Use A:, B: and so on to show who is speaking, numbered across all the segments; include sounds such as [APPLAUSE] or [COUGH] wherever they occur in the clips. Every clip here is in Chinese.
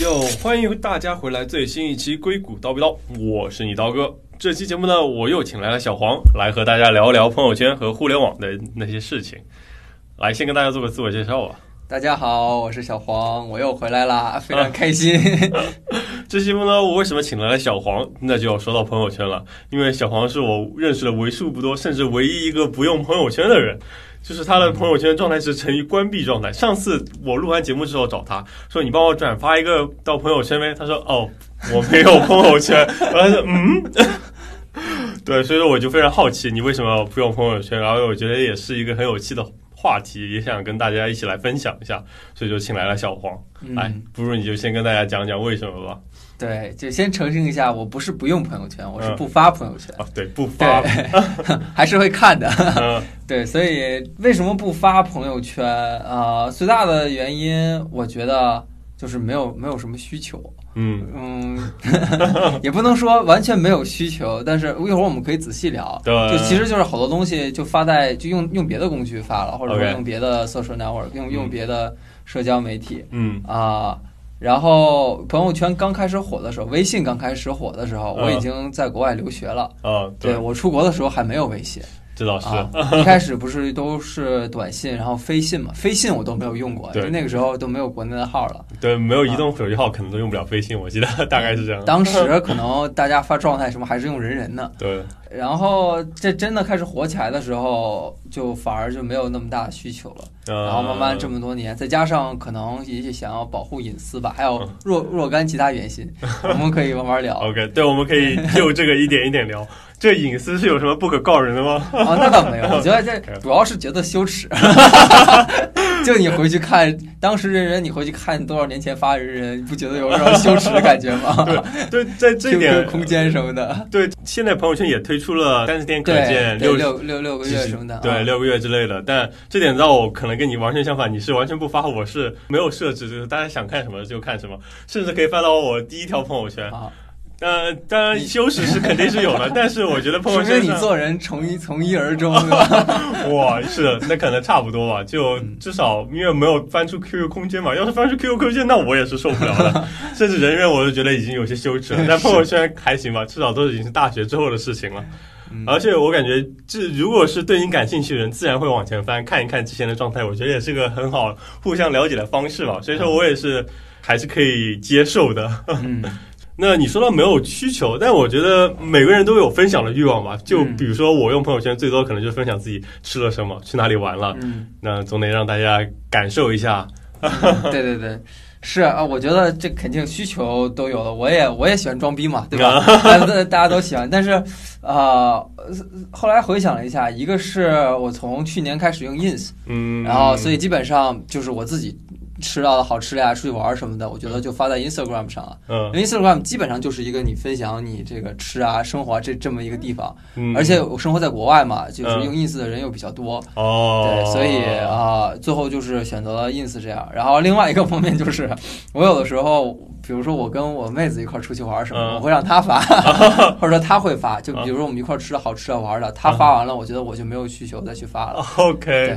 A: 就欢迎大家回来最新一期《硅谷叨不叨》，我是你刀哥。这期节目呢，我又请来了小黄来和大家聊聊朋友圈和互联网的那些事情。来，先跟大家做个自我介绍吧。
B: 大家好，我是小黄，我又回来啦，非常开心。
A: 这期节目呢，我为什么请来了小黄？那就要说到朋友圈了，因为小黄是我认识的为数不多，甚至唯一一个不用朋友圈的人。就是他的朋友圈状态是呈于关闭状态。上次我录完节目之后找他说：“你帮我转发一个到朋友圈呗。”他说：“哦，我没有朋友圈。” [LAUGHS] 然后他说：“嗯。” [LAUGHS] 对，所以说我就非常好奇你为什么不用朋友圈，然后我觉得也是一个很有趣的话题，也想跟大家一起来分享一下，所以就请来了小黄。
B: 嗯
A: 来，不如你就先跟大家讲讲为什么吧。
B: 对，就先澄清一下，我不是不用朋友圈，我是不发朋友圈，
A: 啊，对，不发，
B: 对， [LAUGHS] 还是会看的。 [LAUGHS]
A: 嗯
B: 对，所以为什么不发朋友圈啊、呃最大的原因，我觉得就是没有没有什么需求。
A: 嗯，
B: 嗯， [LAUGHS] 也不能说完全没有需求，但是一会儿我们可以仔细聊。
A: 对
B: 就其实就是好多东西就发在就用用别的工具发了，或者说
A: OK
B: 用别的 social network，用用
A: 嗯
B: 别的社交媒体
A: 嗯
B: 啊。然后朋友圈刚开始火的时候，微信刚开始火的时候，
A: 嗯
B: 我已经在国外留学了。
A: 啊，
B: 对
A: 对，
B: 我出国的时候还没有微信
A: 这倒是，
B: 啊，一开始不是都是短信，然后飞信嘛，飞信我都没有用过，
A: 对
B: 就那个时候都没有国内的号了。
A: 对，没有移动手机号可能都用不了微信，我记得大概是这样。
B: 啊嗯当时可能大家发状态什么还是用人人呢，
A: 对，
B: 然后这真的开始火起来的时候，就反而就没有那么大的需求了。然
A: 然
B: 后慢慢这么多年，再加上可能也想要保护隐私吧，还有
A: 嗯
B: 若若干其他
A: [LAUGHS]
B: 原因，我们可以慢慢聊。
A: OK，对，我们可
B: [LAUGHS]
A: 以就这个一点一点聊。这隐私是有什么不可告人的吗？ [LAUGHS]
B: 啊，那倒没有，我觉得这主要是觉得羞耻。 [LAUGHS] 就你回去看当时人人，你回去看多少年前发人人，你不觉得有一种羞耻的感觉吗？
A: [LAUGHS] 对，在这一点
B: [LAUGHS] QQ，空间什么的，
A: 对，现在朋友圈也推出了三十天可
B: 对
A: 见，
B: 对
A: 六
B: 六六六个月什么的，
A: 对，
B: 啊
A: 六个月之类的。但这点让我可能跟你完全相反，你是完全不发，我是没有设置，就是大家想看什么就看什么，甚至可以发到我第一条朋友圈。
B: 啊，
A: 呃，当然羞耻是肯定是有
B: [LAUGHS]
A: 的，但是我觉得朋
B: 是
A: 友
B: 不是
A: 圈
B: 你
A: 上，
B: 做人从一从一而终？
A: [LAUGHS]
B: 对吧
A: 哇，是的那可能差不多吧，就
B: 嗯
A: 至少因为没有翻出 QQ 空间嘛，要是翻出 QQ 空间，那我也是受不了的，甚至人人我都觉得已经有些羞
B: [LAUGHS]
A: 耻了。但朋友圈还行吧，至少都已经是大学之后的事情了。
B: 嗯
A: 而且我感觉，这如果是对你感兴趣的人，自然会往前翻看一看之前的状态，我觉得也是个很好互相了解的方式吧。所以说我也是还是可以接受的。 [LAUGHS]
B: 嗯，
A: 那你说到没有需求，但我觉得每个人都有分享的欲望吧。就
B: 嗯
A: 比如说我用朋友圈，最多可能就分享自己吃了什么，去哪里玩了，
B: 嗯，
A: 那总得让大家感受一下。
B: 对对对，是啊，我觉得这肯定需求都有了。我也我也喜欢装逼嘛，对
A: [LAUGHS]
B: 吧？大家大家都喜欢，但是啊、呃后来回想了一下，一个是我从去年开始用 ins，
A: 嗯，
B: 然后所以基本上就是我自己。吃到的好吃的呀，出去玩儿什么的，我觉得就发在 Instagram 上了。
A: 嗯
B: 因为 Instagram 基本上就是一个你分享你这个吃啊、生活啊这这么一个地方，
A: 嗯
B: 而且我生活在国外嘛，就是
A: 嗯
B: 用 ins 的人又比较多，
A: 哦
B: 对，，所以啊、最后就是选择了 ins 这样。然后另外一个方面就是， [LAUGHS] 我有的时候，比如说我跟我妹子一块儿出去玩儿什么，
A: 嗯
B: 我会让
A: [LAUGHS]
B: 她发，或者说她会发。就比如说我们一块儿吃的好吃的、玩
A: 嗯
B: 儿的，她发完了，我觉得我就没有需求再去发了。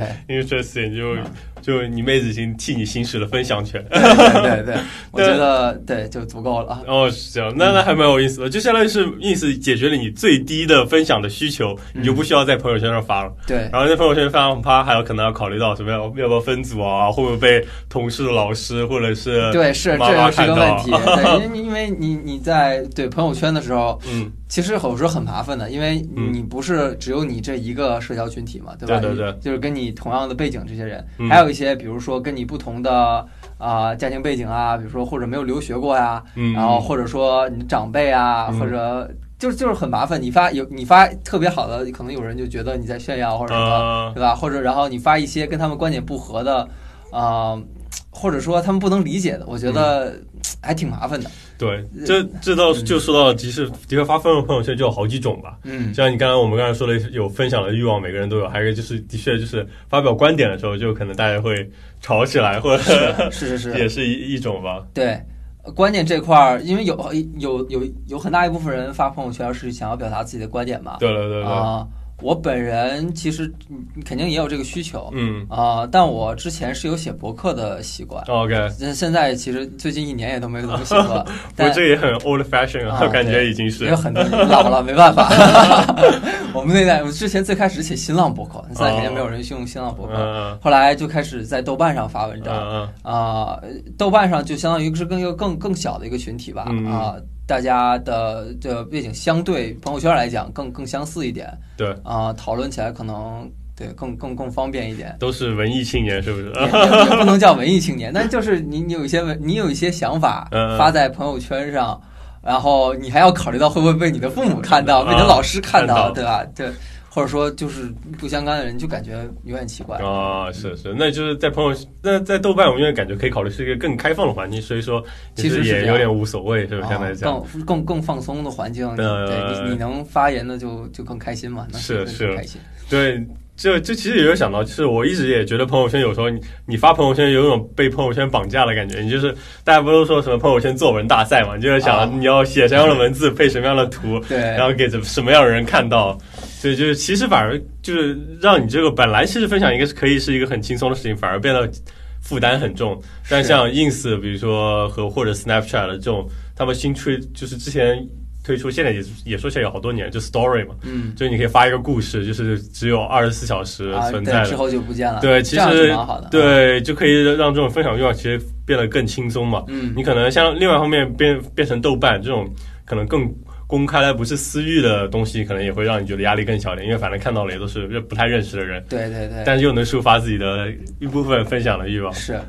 A: OK，interesting，就
B: 嗯
A: 就你妹子已经替你行使了分享
B: [LAUGHS]
A: 权。
B: 对对对对，
A: 嗯 [LAUGHS]
B: 我
A: 对
B: 觉得对就足够了。
A: 哦，是这样，那那还蛮有意思的，就相当于是 ins 解决了你最低的分享的需求，你就不需要在朋友圈上发了。
B: 对，
A: 然后在朋友圈发完趴，还有可能要考虑到什么要要不要分组啊，会不会被同事、老师或者是
B: 对是
A: 妈妈
B: 这是
A: 看
B: 个
A: 到
B: 问题。对，因为因为你你在对朋友圈的时候，
A: 嗯，
B: 其实有时候很麻烦的，因为
A: 嗯
B: 你不是只有你这一个社交群体嘛，对吧？
A: 对对对
B: 你就是跟你同样的背景这些人，
A: 嗯
B: 还有一些比如说跟你不同的啊、家庭背景啊，比如说或者没有留学过呀、
A: 嗯
B: 然后或者说你的长辈啊，
A: 嗯
B: 或者就就是很麻烦。你发有你发特别好的，可能有人就觉得你在炫耀或者什么，
A: 呃
B: 对吧？或者然后你发一些跟他们观点不合的，啊、或者说他们不能理解的，我觉得
A: 嗯
B: 还挺麻烦的。
A: 对，这这倒
B: 嗯
A: 就说到，其实的确发朋友朋友圈就有好几种吧。 [LAUGHS]
B: 嗯，
A: 像你刚才我们刚才说的，有分享的欲望，每个人都有。还有一个就是，的确就是发表观点的时候，就可能大家会吵起来，或 [LAUGHS] 者。
B: 是是是
A: 也是一一种吧。
B: 对，呃观点这块儿，因为有有有有很大一部分人发朋友圈是想要表达自己的观点嘛，
A: 对对对对，
B: 啊、我本人其实嗯肯定也有这个需求
A: 嗯
B: 啊、但我之前是有写博客的习惯，
A: ，OK，，
B: 但现在其实最近一年也都没有怎么写了
A: [LAUGHS] 我
B: 但
A: 这也很 old fashion 啊，[LAUGHS]
B: 啊
A: 感觉
B: 对
A: 已经
B: [LAUGHS] 也
A: 是
B: 有很多人老了，没办法。 [LAUGHS] 我们那代，我之前最开始写新浪博客，现在肯定没有人用新浪博客，
A: 嗯
B: 后来就开始在豆瓣上发文
A: 嗯
B: 章啊、
A: 嗯
B: 豆瓣上就相当于是更一个更更小的一个群体吧啊、
A: 嗯
B: 大家的这背景相对朋友圈来讲更更相似一点
A: 对，
B: 啊、讨论起来可能对更更更方便
A: [LAUGHS]
B: 一点。
A: 都是文艺青年是不是？
B: 也也也不能叫文艺青年，但就是你你有一些文，你有一些想法
A: 嗯嗯
B: 发在朋友圈上，然后你还要考虑到会不会被你的父母看到，
A: 嗯
B: 被你的老师看
A: 看
B: 到，
A: 到
B: 对吧？对，或者说就是不相干的人就感觉有点奇怪。
A: 啊，是是，那就是在朋友，那在豆瓣，我们也感觉可以考虑是一个更开放的环境，所以说
B: 其实是
A: 也
B: 这
A: 有
B: 样
A: 点无所谓，是不是？
B: 啊
A: 相对来讲，
B: 更更更放松的环境，你
A: 呃
B: 对你你能发言的就就更开心嘛，能
A: 是
B: 更
A: 是
B: 更开心。
A: 对，这这其实也有想到，就是我一直也觉得朋友圈有时候你你发朋友圈有一种被朋友圈绑架的感觉，你就是大家不都说什么朋友圈作文大赛嘛，你就是
B: 啊
A: 想你要写什么样的文字，配什么样的图，
B: 对
A: 然，后给怎什么样的人看到，所以就是其实反而就是让你这个本来其实分享一个是可以是一个很轻松的事情，反而变得负担很重。但
B: 是
A: 像 ins 比如说和或者 Snapchat 的这种，他们新推就是之前推出，现在也也说起来有好多年，就 Story 嘛，
B: 嗯
A: 就你可以发一个故事，就是只有二十四小时
B: 啊，
A: 存在
B: 对，之
A: 的。
B: 后就不见了。
A: 对，
B: 啊这
A: 其
B: 样是
A: 实
B: 蛮好的。，啊
A: 对，就可以让这种分享欲望其实变得更轻松嘛。
B: 嗯
A: 你可能像另外一方面变变成豆瓣这种，可能更公开来不是私域的东西，可能也会让你觉得压力更小一点，因为反正看到了也都是认不太认识的人，
B: 对对对。
A: 但是又能抒发自己的一部分分享的欲望。 [LAUGHS]
B: 是，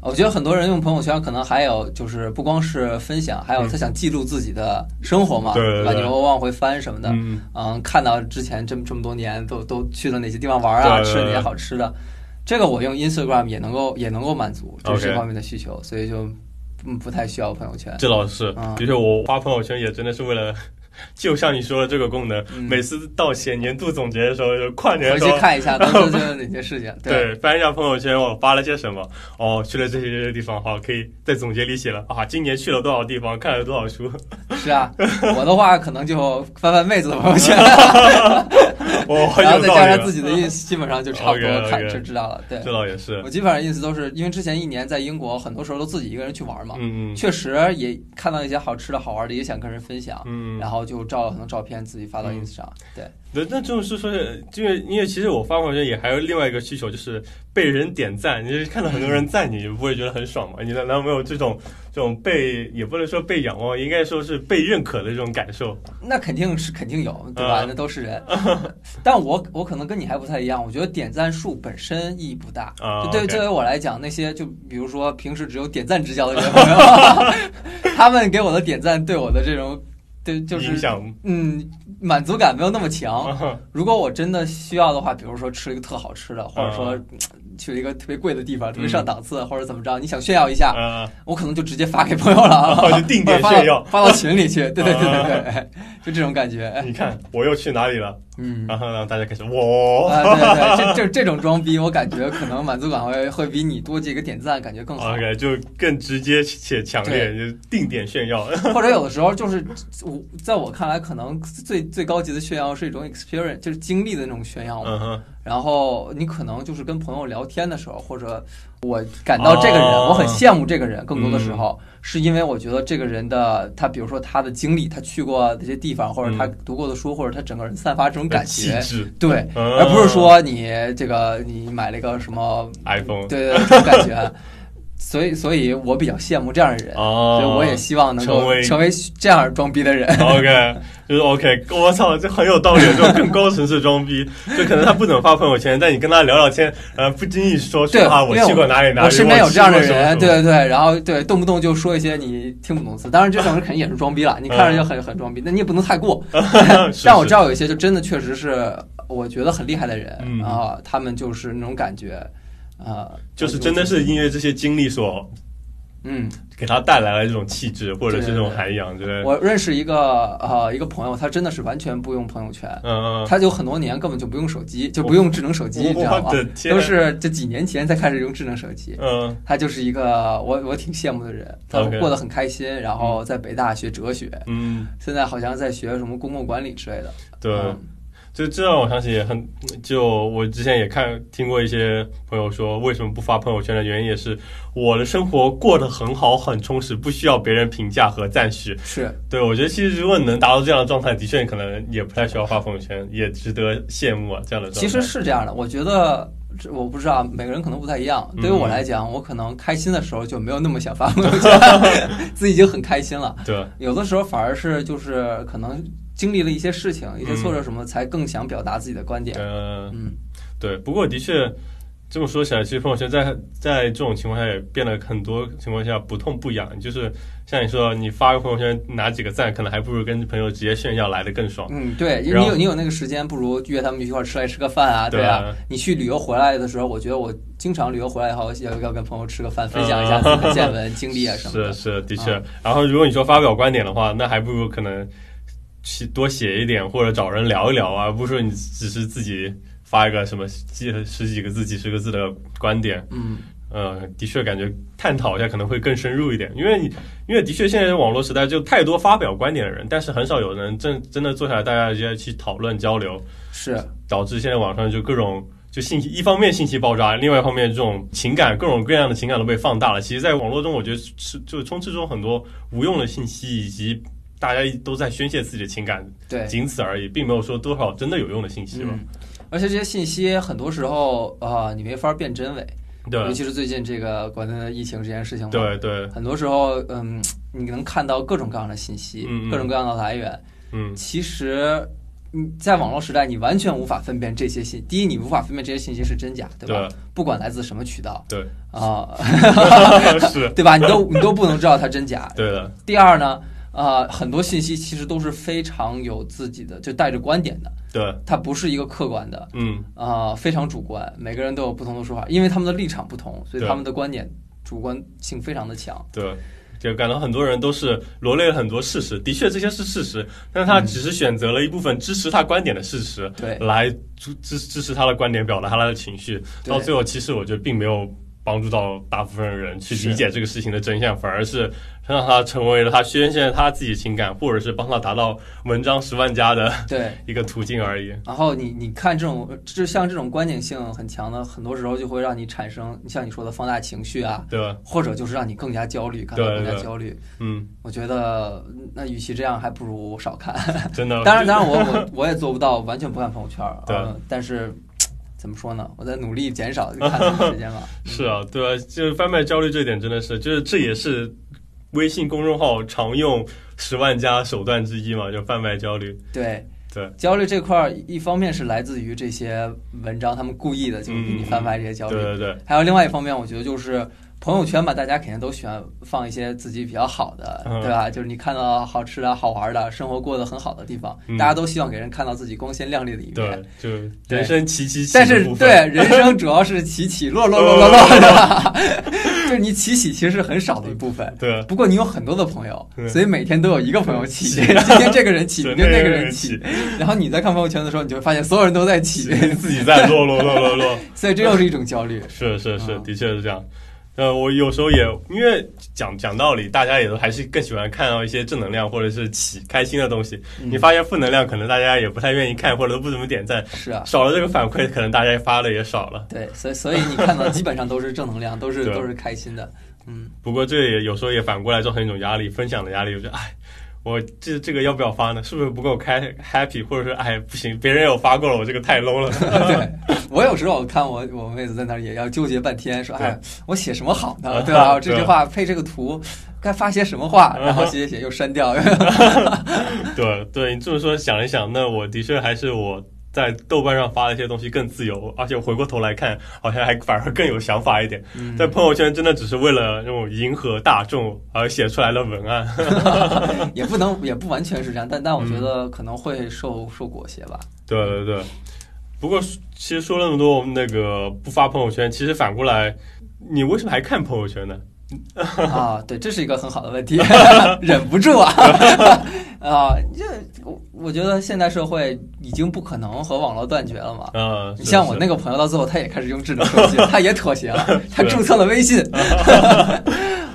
B: 我觉得很多人用朋友圈，可能还有就是不光是分享，还有他想记录自己的生活嘛，
A: 嗯对对对
B: 吧？你会往回翻什么的，
A: 嗯，
B: 嗯，看到之前这么这么多年都都去了哪些地方玩啊，
A: 对对对
B: 吃了哪些好吃的，这个我用 Instagram 也能够也能够满足这
A: OK
B: 这方面的需求，所以就嗯不太需要朋友圈。
A: 这倒是
B: 啊，
A: 的确，我发朋友圈也真的是为了。 [LAUGHS] 就像你说的这个功能，
B: 嗯
A: 每次到写年度总结的时候，就跨年的
B: 回
A: 时
B: 去
A: 候，
B: 看一下当时做了哪些事
A: [LAUGHS]
B: 情，
A: 对，翻一下朋友圈，我发了些什么？哦，去了这些地方，好，可以在总结里写了啊，今年去了多少地方，看了多少书。 [LAUGHS]
B: 是啊，我的话可能就翻翻妹子的朋友
A: [LAUGHS]
B: 圈，
A: 我很
B: 然后
A: 有
B: 再
A: 道
B: 加
A: 理了
B: 上自己的 ins，基本上就差不多
A: OK，OK
B: 看就知道了，对。
A: 这倒也是，
B: 我基本上意思都是因为之前一年在英国，很多时候都自己一个人去玩嘛，
A: 嗯
B: 确实也看到一些好吃的好玩的，也想跟人分享，
A: 嗯
B: 然后就照了很多照片自己发到
A: 嗯
B: ins 上。对，
A: 那那就是说是，因为因为其实我发朋友圈也还有另外一个需求，就是被人点赞。你就是看到很多人赞你，你不会觉得很爽
B: 嗯
A: 吗？你难道没有这种这种被也不能说被仰望，应该说是被认可的这种感受？
B: 那肯定是肯定有，对吧？
A: 嗯
B: 那都是人， [LAUGHS] 但我我可能跟你还不太一样，我觉得点赞数本身意义不大。
A: 啊
B: 就对于
A: OK
B: 对于我来讲，那些就比如说平时只有点赞之交的这些朋友， [LAUGHS] 他们给我的点赞对我的这种对就是
A: 影响
B: 嗯，满足感没有那么强
A: 啊。
B: 如果我真的需要的话，比如说吃了一个特好吃的，或者
A: 啊
B: 说嗯去了一个特别贵的地方，特别上档次，或者怎么着，你想炫耀一下，
A: 嗯啊，
B: 我可能就直接发给朋友了啊，
A: 哦就定点
B: 或者 [LAUGHS] 发到
A: 炫耀啊
B: 发到群
A: [LAUGHS]
B: 里去。对对对对对，就这种感觉。
A: 你看我又去哪里了？
B: 哎
A: [LAUGHS]
B: 嗯，
A: 然后让大家开始哇
B: 啊，对对对，这这这种装逼，我感觉可能满足感会会比你多几个点赞感觉更好。
A: ，OK，就更直接且强烈，就是定点炫耀。
B: 或者有的时候就是我在我看来，可能最最高级的炫耀是一种 experience，就是经历的那种炫耀嘛。
A: 嗯哼，
B: 然后你可能就是跟朋友聊天的时候，或者我感到这个人，
A: 哦嗯
B: 我很羡慕这个人，更多的时候、是因为我觉得这个人的他，比如说他的经历，他去过这些地方，或者他读过的书，或者他整个人散发这种感
A: 嗯气
B: 觉，
A: 质
B: 对，
A: 嗯
B: 呃而不是说你这个你买了一个什么，
A: 嗯 iPhone
B: 对对，这种感觉。啊所以，所以我比较羡慕这样的人，
A: 哦
B: 所以我也希望能够
A: 成为
B: 成为这样装逼
A: [LAUGHS]
B: 的人。
A: OK，就是 OK，我操，这很有道理，这种更高层次装逼，就可能他不怎么发朋友圈，但你跟他聊聊天，呃，不经意说说
B: 对，
A: 啊，我
B: 因为
A: 去过哪里哪里，
B: 我身边有这样的人，
A: 去
B: 对
A: 过什么什么
B: 对对，然后对，动不动就说一些你听不懂的词，当然这种人肯定也是
A: [LAUGHS]
B: 装逼了，你看着就很很装逼，那你也不能太过。
A: 嗯
B: [LAUGHS]
A: 是
B: 但我知道有一些就真的确实是我觉得很厉害的人
A: 嗯
B: 啊，他们就是那种感觉，啊，
A: 就是真的是因为这些经历所
B: 嗯，
A: 给他带来了这种气质，或者是
B: 对
A: 这种涵养之类的。
B: 我认识一个呃一个朋友，他真的是完全不用朋友圈。
A: 嗯，嗯
B: 他有很多年根本就不用手机，就不用智能手机，你知道吗
A: 我的？天
B: 都是这几年前才开始用智能手机。
A: 嗯
B: 他就是一个我我挺羡慕的人，他
A: OK
B: 过得很开心，然后在北大学哲学，
A: 嗯，
B: 现在好像在学什么公共管理之类的。
A: 对。
B: 嗯
A: 就这让我想起很，就我之前也看听过一些朋友说，为什么不发朋友圈的原因也是我的生活过得很好，很充实，不需要别人评价和赞许。
B: 是
A: 对，我觉得其实如果你能达到这样的状态，的确可能也不太需要发朋友圈，也值得羡慕啊这样的状态。
B: 其实是这样的，我觉得这我不知道，每个人可能不太一样。
A: 嗯
B: 对于我来讲，我可能开心的时候就没有那么想发朋友
A: [LAUGHS]
B: 圈， [LAUGHS] 自己已经很开心了。
A: 对，
B: 有的时候反而是就是可能经历了一些事情、一些挫折什么，才更想表达自己的观点。
A: 嗯、
B: 嗯，
A: 对，不过的确这么说起来，其实朋友圈在在这种情况下也变得很多情况下不痛不痒，就是像你说，你发个朋友圈拿几个赞，可能还不如跟朋友直接炫耀来的更爽。
B: 嗯，对，因为
A: 然
B: 你
A: 后
B: 有你有那个时间，不如约他们一块儿吃来吃个饭啊，对
A: 对
B: 啊
A: 啊。
B: 你去旅游回来的时候，我觉得我经常旅游回来以后，要要跟朋友吃个饭，分享一下自己的见闻、经历啊什么
A: 嗯是
B: 的。
A: 是，的
B: 啊
A: 确。然后如果你说发表观点的话，那还不如可能去多写一点，或者找人聊一聊啊，而不是说你只是自己发一个什么几十几个字、几十个字的观点。
B: 嗯，
A: 呃，的确感觉探讨一下可能会更深入一点，因为你因为的确现在网络时代就太多发表观点的人，但是很少有人真真的坐下来大家直接去讨论交流，
B: 是
A: 导致现在网上就各种就信息，一方面信息爆炸，另外一方面这种情感各种各样的情感都被放大了。其实，在网络中，我觉得是就是充斥中很多无用的信息，以及大家都在宣泄自己的情感，
B: 对。
A: 仅此而已，并没有说多少真的有用的信息吧。
B: 嗯，而且这些信息很多时候啊、你没法辨真伪，尤
A: 对
B: 其是最近这个国内的疫情这件事情嘛，，
A: 对对，
B: 很多时候，嗯，你能看到各种各样的信息，
A: 嗯嗯
B: 各种各样的来源。
A: 嗯， [LAUGHS]
B: 其实你在网络时代，你完全无法分辨这些信。第一，你无法分辨这些信息是真假，对吧？
A: 对
B: 不管来自什么渠道，
A: 对
B: 啊、 [LAUGHS]
A: 是，
B: 对吧？你都你都不能知道它真假。
A: 对的，
B: 第二呢，啊，很多信息其实都是非常有自己的，就带着观点的，
A: 对，
B: 它不是一个客观的。
A: 嗯，
B: 啊、非常主观，每个人都有不同的说法，因为他们的立场不同，所以
A: 对
B: 他们的观点主观性非常的强。
A: 对。就感到很多人都是罗列了很多事实，的确这些是事实，但是他只是选择了一部分支持他观点的事实，
B: 嗯对
A: 来支支支持他的观点，表达他的情绪。
B: 对
A: 到最后，其实我觉得并没有帮助到大部分人去
B: 是
A: 理解这个事情的真相，反而是让他成为了他宣泄他自己情感，或者是帮他达到文章十万加的 [LAUGHS]
B: 对，
A: 一个途径而已。
B: 然后你你看这种，就像这种观点性很强的，很多时候就会让你产生像你说的放大情绪啊，
A: 对吧？
B: 或者就是让你更加焦虑，看到
A: 对
B: 更加
A: 对
B: 焦虑。
A: 嗯，
B: 我觉得那与其这样，还不如少看。
A: 真的。
B: [LAUGHS] 当然，当然我我我也做不到完全不看朋友圈儿，
A: 对
B: 呃但是怎么说呢，我在努力减少看的时间
A: [LAUGHS]
B: 吧。
A: 是啊，对啊，就是贩卖焦虑这点真的是，就是这也是微信公众号常用十万加手段之一嘛，就贩卖焦虑。
B: 对
A: 对，
B: 焦虑这块儿，一方面是来自于这些文章，他们故意的就给你贩卖这些焦
A: 嗯对
B: 虑；
A: 对对，
B: 还有另外一方面，我觉得就是朋友圈吧，大家肯定都喜欢放一些自己比较好的，
A: 嗯
B: 对吧？就是你看到好吃的好玩的，生活过得很好的地方，
A: 嗯
B: 大家都希望给人看到自己光鲜亮丽的一面
A: 对。，就
B: 对
A: 人生起起起
B: 但是
A: 的部，分
B: 对人生主要是起起落落落
A: [LAUGHS]
B: 落落，对吧？就是你起起其实是很少的一部分，
A: 对
B: 不过你有很多的朋友，
A: 对
B: 所以每天都有一个朋友起，
A: 起
B: 今天这个人
A: [LAUGHS]
B: 起，
A: 对
B: 明天
A: 那
B: 那
A: 个
B: 个
A: 人
B: 人起，然后你在看朋友圈的时候，你就会发现所有人都在起，
A: [LAUGHS] 自己在落落落落落，
B: [LAUGHS] 所以这又是一种焦虑。
A: 是是是，
B: 嗯
A: 的确是这样。呃，我有时候也因为讲讲道理，大家也都还是更喜欢看到一些正能量或者是起开心的东西。
B: 嗯
A: 你发现负能量，可能大家也不太愿意看，或者都不怎么点赞。
B: 是啊，
A: 少了这个反馈，可能大家发的也少了。
B: 对，所以所以你看到基本上都是正能量，都是
A: 对
B: 都是开
A: [LAUGHS]
B: 心的。嗯，
A: 不过这也有时候也反过来造成一种压力，分享的压力。我觉得，哎，我这这个要不要发呢？是不是不够开 happy？或者是哎不行，别人有发过了，我这个太 low 了。
B: 对，我有时候我看我我妹子在那儿也要纠结半天，说
A: 对啊
B: 哎，我写什么好呢？对吧？我这句话配这个图，该发些什么话？
A: 嗯
B: 然后写写写又
A: [LAUGHS]
B: 删掉。
A: 对对，你这么说想一想，那我的确还是我在豆瓣上发的一些东西更自由，而且回过头来看，好像还反而更有想法一点。
B: 嗯
A: 在朋友圈真的只是为了那种迎合大众而写出来的文案。 [LAUGHS]
B: 也不能也不完全是这样，但但我
A: 嗯
B: 觉得可能会受受裹挟
A: [LAUGHS]
B: 吧。
A: 对对对。不过其实说了那么多，我们那个不发朋友圈，其实反过来，你为什么还看朋友圈呢？
B: 啊，对，这是一个很好的问
A: [LAUGHS]
B: 题，忍不住啊 [LAUGHS] 啊！这我我觉得现代社会已经不可能和网络断绝了嘛。
A: 嗯，
B: 你像我那
A: 个，
B: 个
A: [LAUGHS]
B: 朋友，到最后他也开始用智能手机了，他也妥协了，他
A: 是
B: 注册了微信。 [LAUGHS]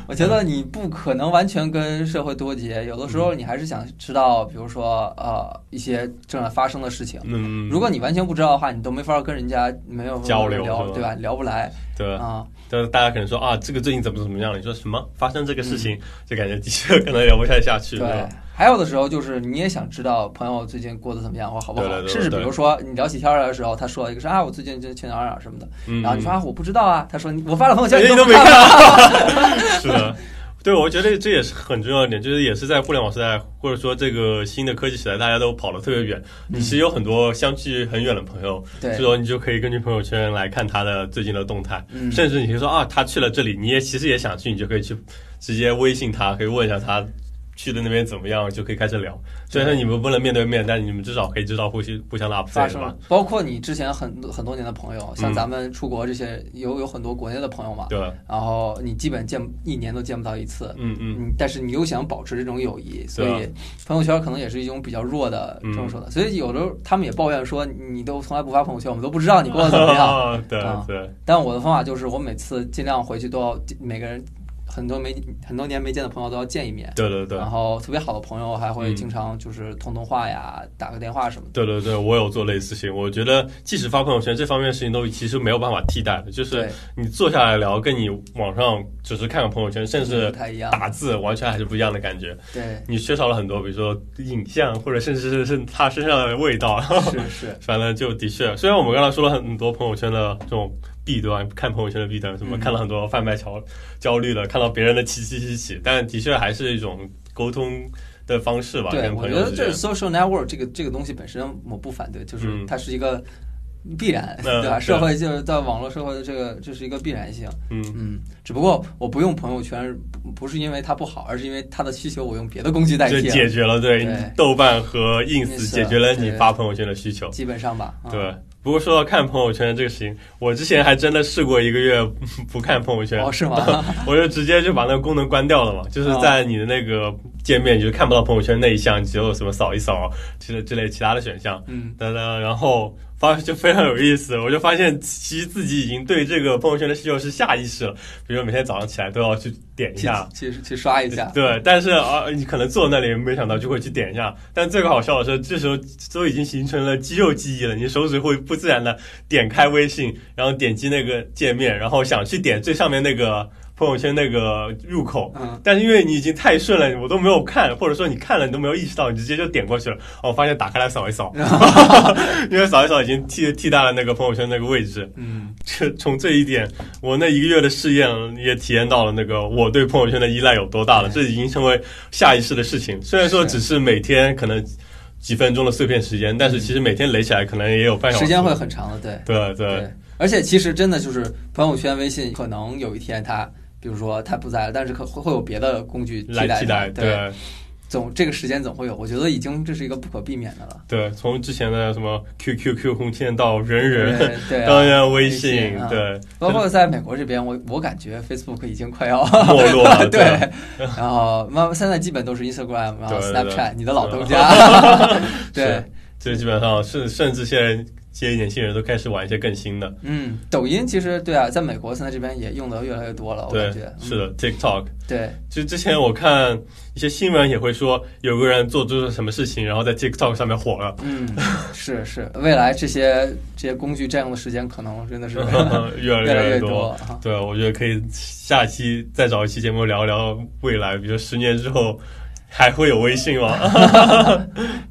B: 我觉得你不可能完全跟社会脱节，有的时
A: 嗯
B: 候你还是想知道，比如说呃一些正在发生的事情。
A: 嗯，
B: 如果你完全不知道的话，你都没法跟人家没有
A: 交流
B: 聊
A: 是吧
B: 对吧？聊不来
A: 对，
B: 啊。
A: 但是大家可能说啊，这个最近怎么怎么样了？你说什么发生这个事情，就感觉的确可能聊不太下去，对
B: 嗯对
A: 吧？，
B: 还有的时候就是你也想知道朋友最近过得怎么样或好不好，
A: 对对对对
B: 甚至比如说你聊起天儿来的时候，他说一个是啊我最近就去哪儿哪儿什么的，
A: 嗯，
B: 然后你说啊我不知道啊，他说你我发了朋友圈
A: 人
B: 你
A: 都没
B: 看吗，
A: 看， [LAUGHS] 是的。对，我觉得这也是很重要一点，就是也是在互联网时代，或者说这个新的科技时代，大家都跑得特别远。你其实有很多相距很远的朋友，这时
B: 嗯对，
A: 候你就可以根据朋友圈来看他的最近的动态，
B: 嗯，
A: 甚至你可以说啊，他去了这里，你也其实也想去，你就可以去直接微信他，可以问一下他去的那边怎么样，就可以开始聊。虽然说你们不能面对面，但你们至少可以知道互相互相的 update
B: 发生
A: 吧
B: 了。，包括你之前很多很多年的朋友，像
A: 嗯
B: 咱们出国这些有有很多国内的朋友嘛，
A: 对吧，
B: 然后你基本见一年都见不到一次。
A: 嗯嗯，
B: 嗯，但是你又想保持这种友谊，所
A: 对啊嗯
B: 以朋友圈可能也是一种比较弱的这种手段。所以有的时候他们也抱怨说，你都从来不发朋友圈，我们都不知道你过得怎么
A: [LAUGHS]
B: 样。
A: 啊对
B: 啊
A: 对，
B: 但我的方法就是，我每次尽量回去都要每个人很多没很多年没见的朋友都要见一面，
A: 对对对
B: 然。后特别好的朋友还会
A: 嗯
B: 经常就是通通话呀、打个电话什么的。
A: 对对对，我有做类似情，我觉得即使发朋友圈这方面的事情都其实没有办法替代的，就是
B: 对，
A: 你坐下来聊，跟你网上只是看个朋友圈，甚至
B: 不太一样。
A: 打字，完全还是不一样的感觉。 [LAUGHS]
B: 对，
A: 你缺少了很多，比如说影像，或者甚至是是他身上的味道。 [LAUGHS]
B: 是是，
A: 反正就的确，虽然我们刚才说了很多朋友圈的这种弊端，看朋友圈的弊端，什么
B: 嗯
A: 看了很多贩卖焦焦虑的，看到别人的起起起起，但的确还是一种沟通的方式吧，
B: 对
A: 跟
B: 我
A: 朋
B: 觉
A: 友
B: 得
A: 之
B: 这
A: 间。
B: social network 这个这个东西本身我不反对，就是
A: 嗯
B: 它是一个必然，
A: 嗯
B: 对吧？
A: 对
B: 社会就是在网络社会的这个这是一个必然性。
A: 嗯，
B: 嗯，只不过我不用朋友圈，不不是因为它不好，而是因为它的需求我用别的工具代
A: 这
B: 替
A: 解
B: 了，
A: 决了对
B: 对
A: 豆瓣和 ins
B: Ins
A: 解决了你
B: 对
A: 发朋友圈的需求。
B: 基本上吧。嗯
A: 对，不过说到看朋友圈这个事情，我之前还真的试过一个月不看朋友圈，
B: 哦，是
A: [LAUGHS]
B: 哦吗？
A: 我就直接就把那个功能关掉了嘛，就是在你的那个界面，你就看不到朋友圈那一项，只有什么扫一扫之类之类其他的选项。
B: 嗯，
A: 哒哒，然后发就非常有意思，我就发现其实自己已经对这个朋友圈的需求是下意识了，比如每天早上起来都要去点一
B: 去
A: 下。
B: 去去刷
A: [LAUGHS]
B: 一 [LAUGHS] 下。
A: 对，但是啊，你可能坐那里，没想到就会去点一下。但最好笑的是，这时候都已经形成了肌肉记忆了，你手指会不自然的点开微信，然后点击那个界面，然后想去点最上面那个朋友圈那个入口，
B: 嗯，
A: 但是因为你已经太顺了，我都没有看，或者说你看了你都没有意识到，你直接就点过去了。哦，我发现打开来扫一扫， [LAUGHS] 因为扫一扫已经替替代了那个朋友圈那个位置。
B: 嗯，
A: 这 [LAUGHS] 从这一点，我那一个月的试验也体验到了那个我对朋友圈的依赖有多大了。这已经成为下意识的事情，虽然说
B: 是
A: 只是每天可能几分钟的碎片时间，但是其实每天累起来可能也有半小时。
B: 时间会很长的，对
A: 对对，
B: 而且其实真的就是朋友圈、微信，可能有一天它，比如说它不在了，但是可会会有别的工具替
A: 来
B: 代
A: 替
B: 它
A: 代
B: 对，总这个时间总会有。我觉得已经这是一个不可避免的了。
A: 对，从之前的什么 QQQ 空间到人 [LAUGHS] 人，
B: 对对啊，
A: 当然微
B: 微
A: 信
B: 信啊，
A: 对，
B: 包括在美国这边，我我感觉 Facebook 已经快要
A: [LAUGHS] 没落了，
B: [LAUGHS] 对，然后慢慢现在基本都是 Instagram，然后
A: 对对对
B: Snapchat，你的老东
A: [LAUGHS]
B: 家，对
A: 是，这基本上甚甚至现在这些年轻人都开始玩一些更新的，
B: 嗯，抖音其实对啊，在美国现在这边也用的越来越多了，我
A: 对
B: 感觉，，
A: 是
B: 嗯，
A: 的，TikTok。
B: 对，
A: 就之前我看一些新闻也会说，有个人做出了什么事情，然后在 TikTok 上面火了。
B: 嗯，是是，未来这些这些工具占用的时间可能真
A: [LAUGHS]
B: 的是
A: 越来
B: 越来
A: 越
B: 越
A: 多，
B: 啊。
A: 对，我觉得可以下期再找一期节目聊聊未来，比如十年之后还会有微信吗？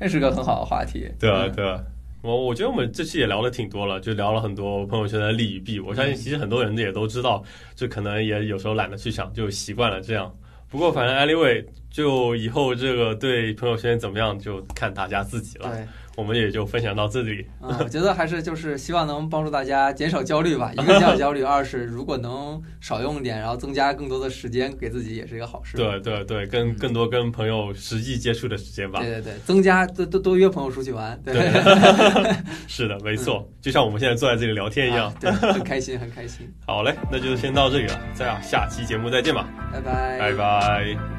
B: 这是个很好的话题。
A: 对啊，
B: 嗯
A: 对啊。我我觉得我们这期也聊的挺多了，就聊了很多朋友圈的利与弊。我相信其实很多人也都知道，就可能也有时候懒得去想，就习惯了这样。不过反正 anyway，就以后这个对朋友圈怎么样，就看大家自己了。
B: 对，
A: 我们也就分享到这里。
B: 嗯，我觉得还是就是希望能帮助大家减少焦虑吧。一个减少焦
A: [LAUGHS]
B: 虑，二是如果能少用点，然后增加更多的时间给自己，也是一个好事。
A: 对对对，跟更多跟朋友实际接触的时间吧。
B: 对对对，增加多多多约朋友出去玩，对，
A: 对是的，没
B: 嗯
A: 错，就像我们现在坐在这里聊天一样
B: 啊。 [LAUGHS] 对，很开心，很开心，
A: 啊好嘞，那就先到这里了，再下期节目再见吧，
B: 拜拜，
A: 拜拜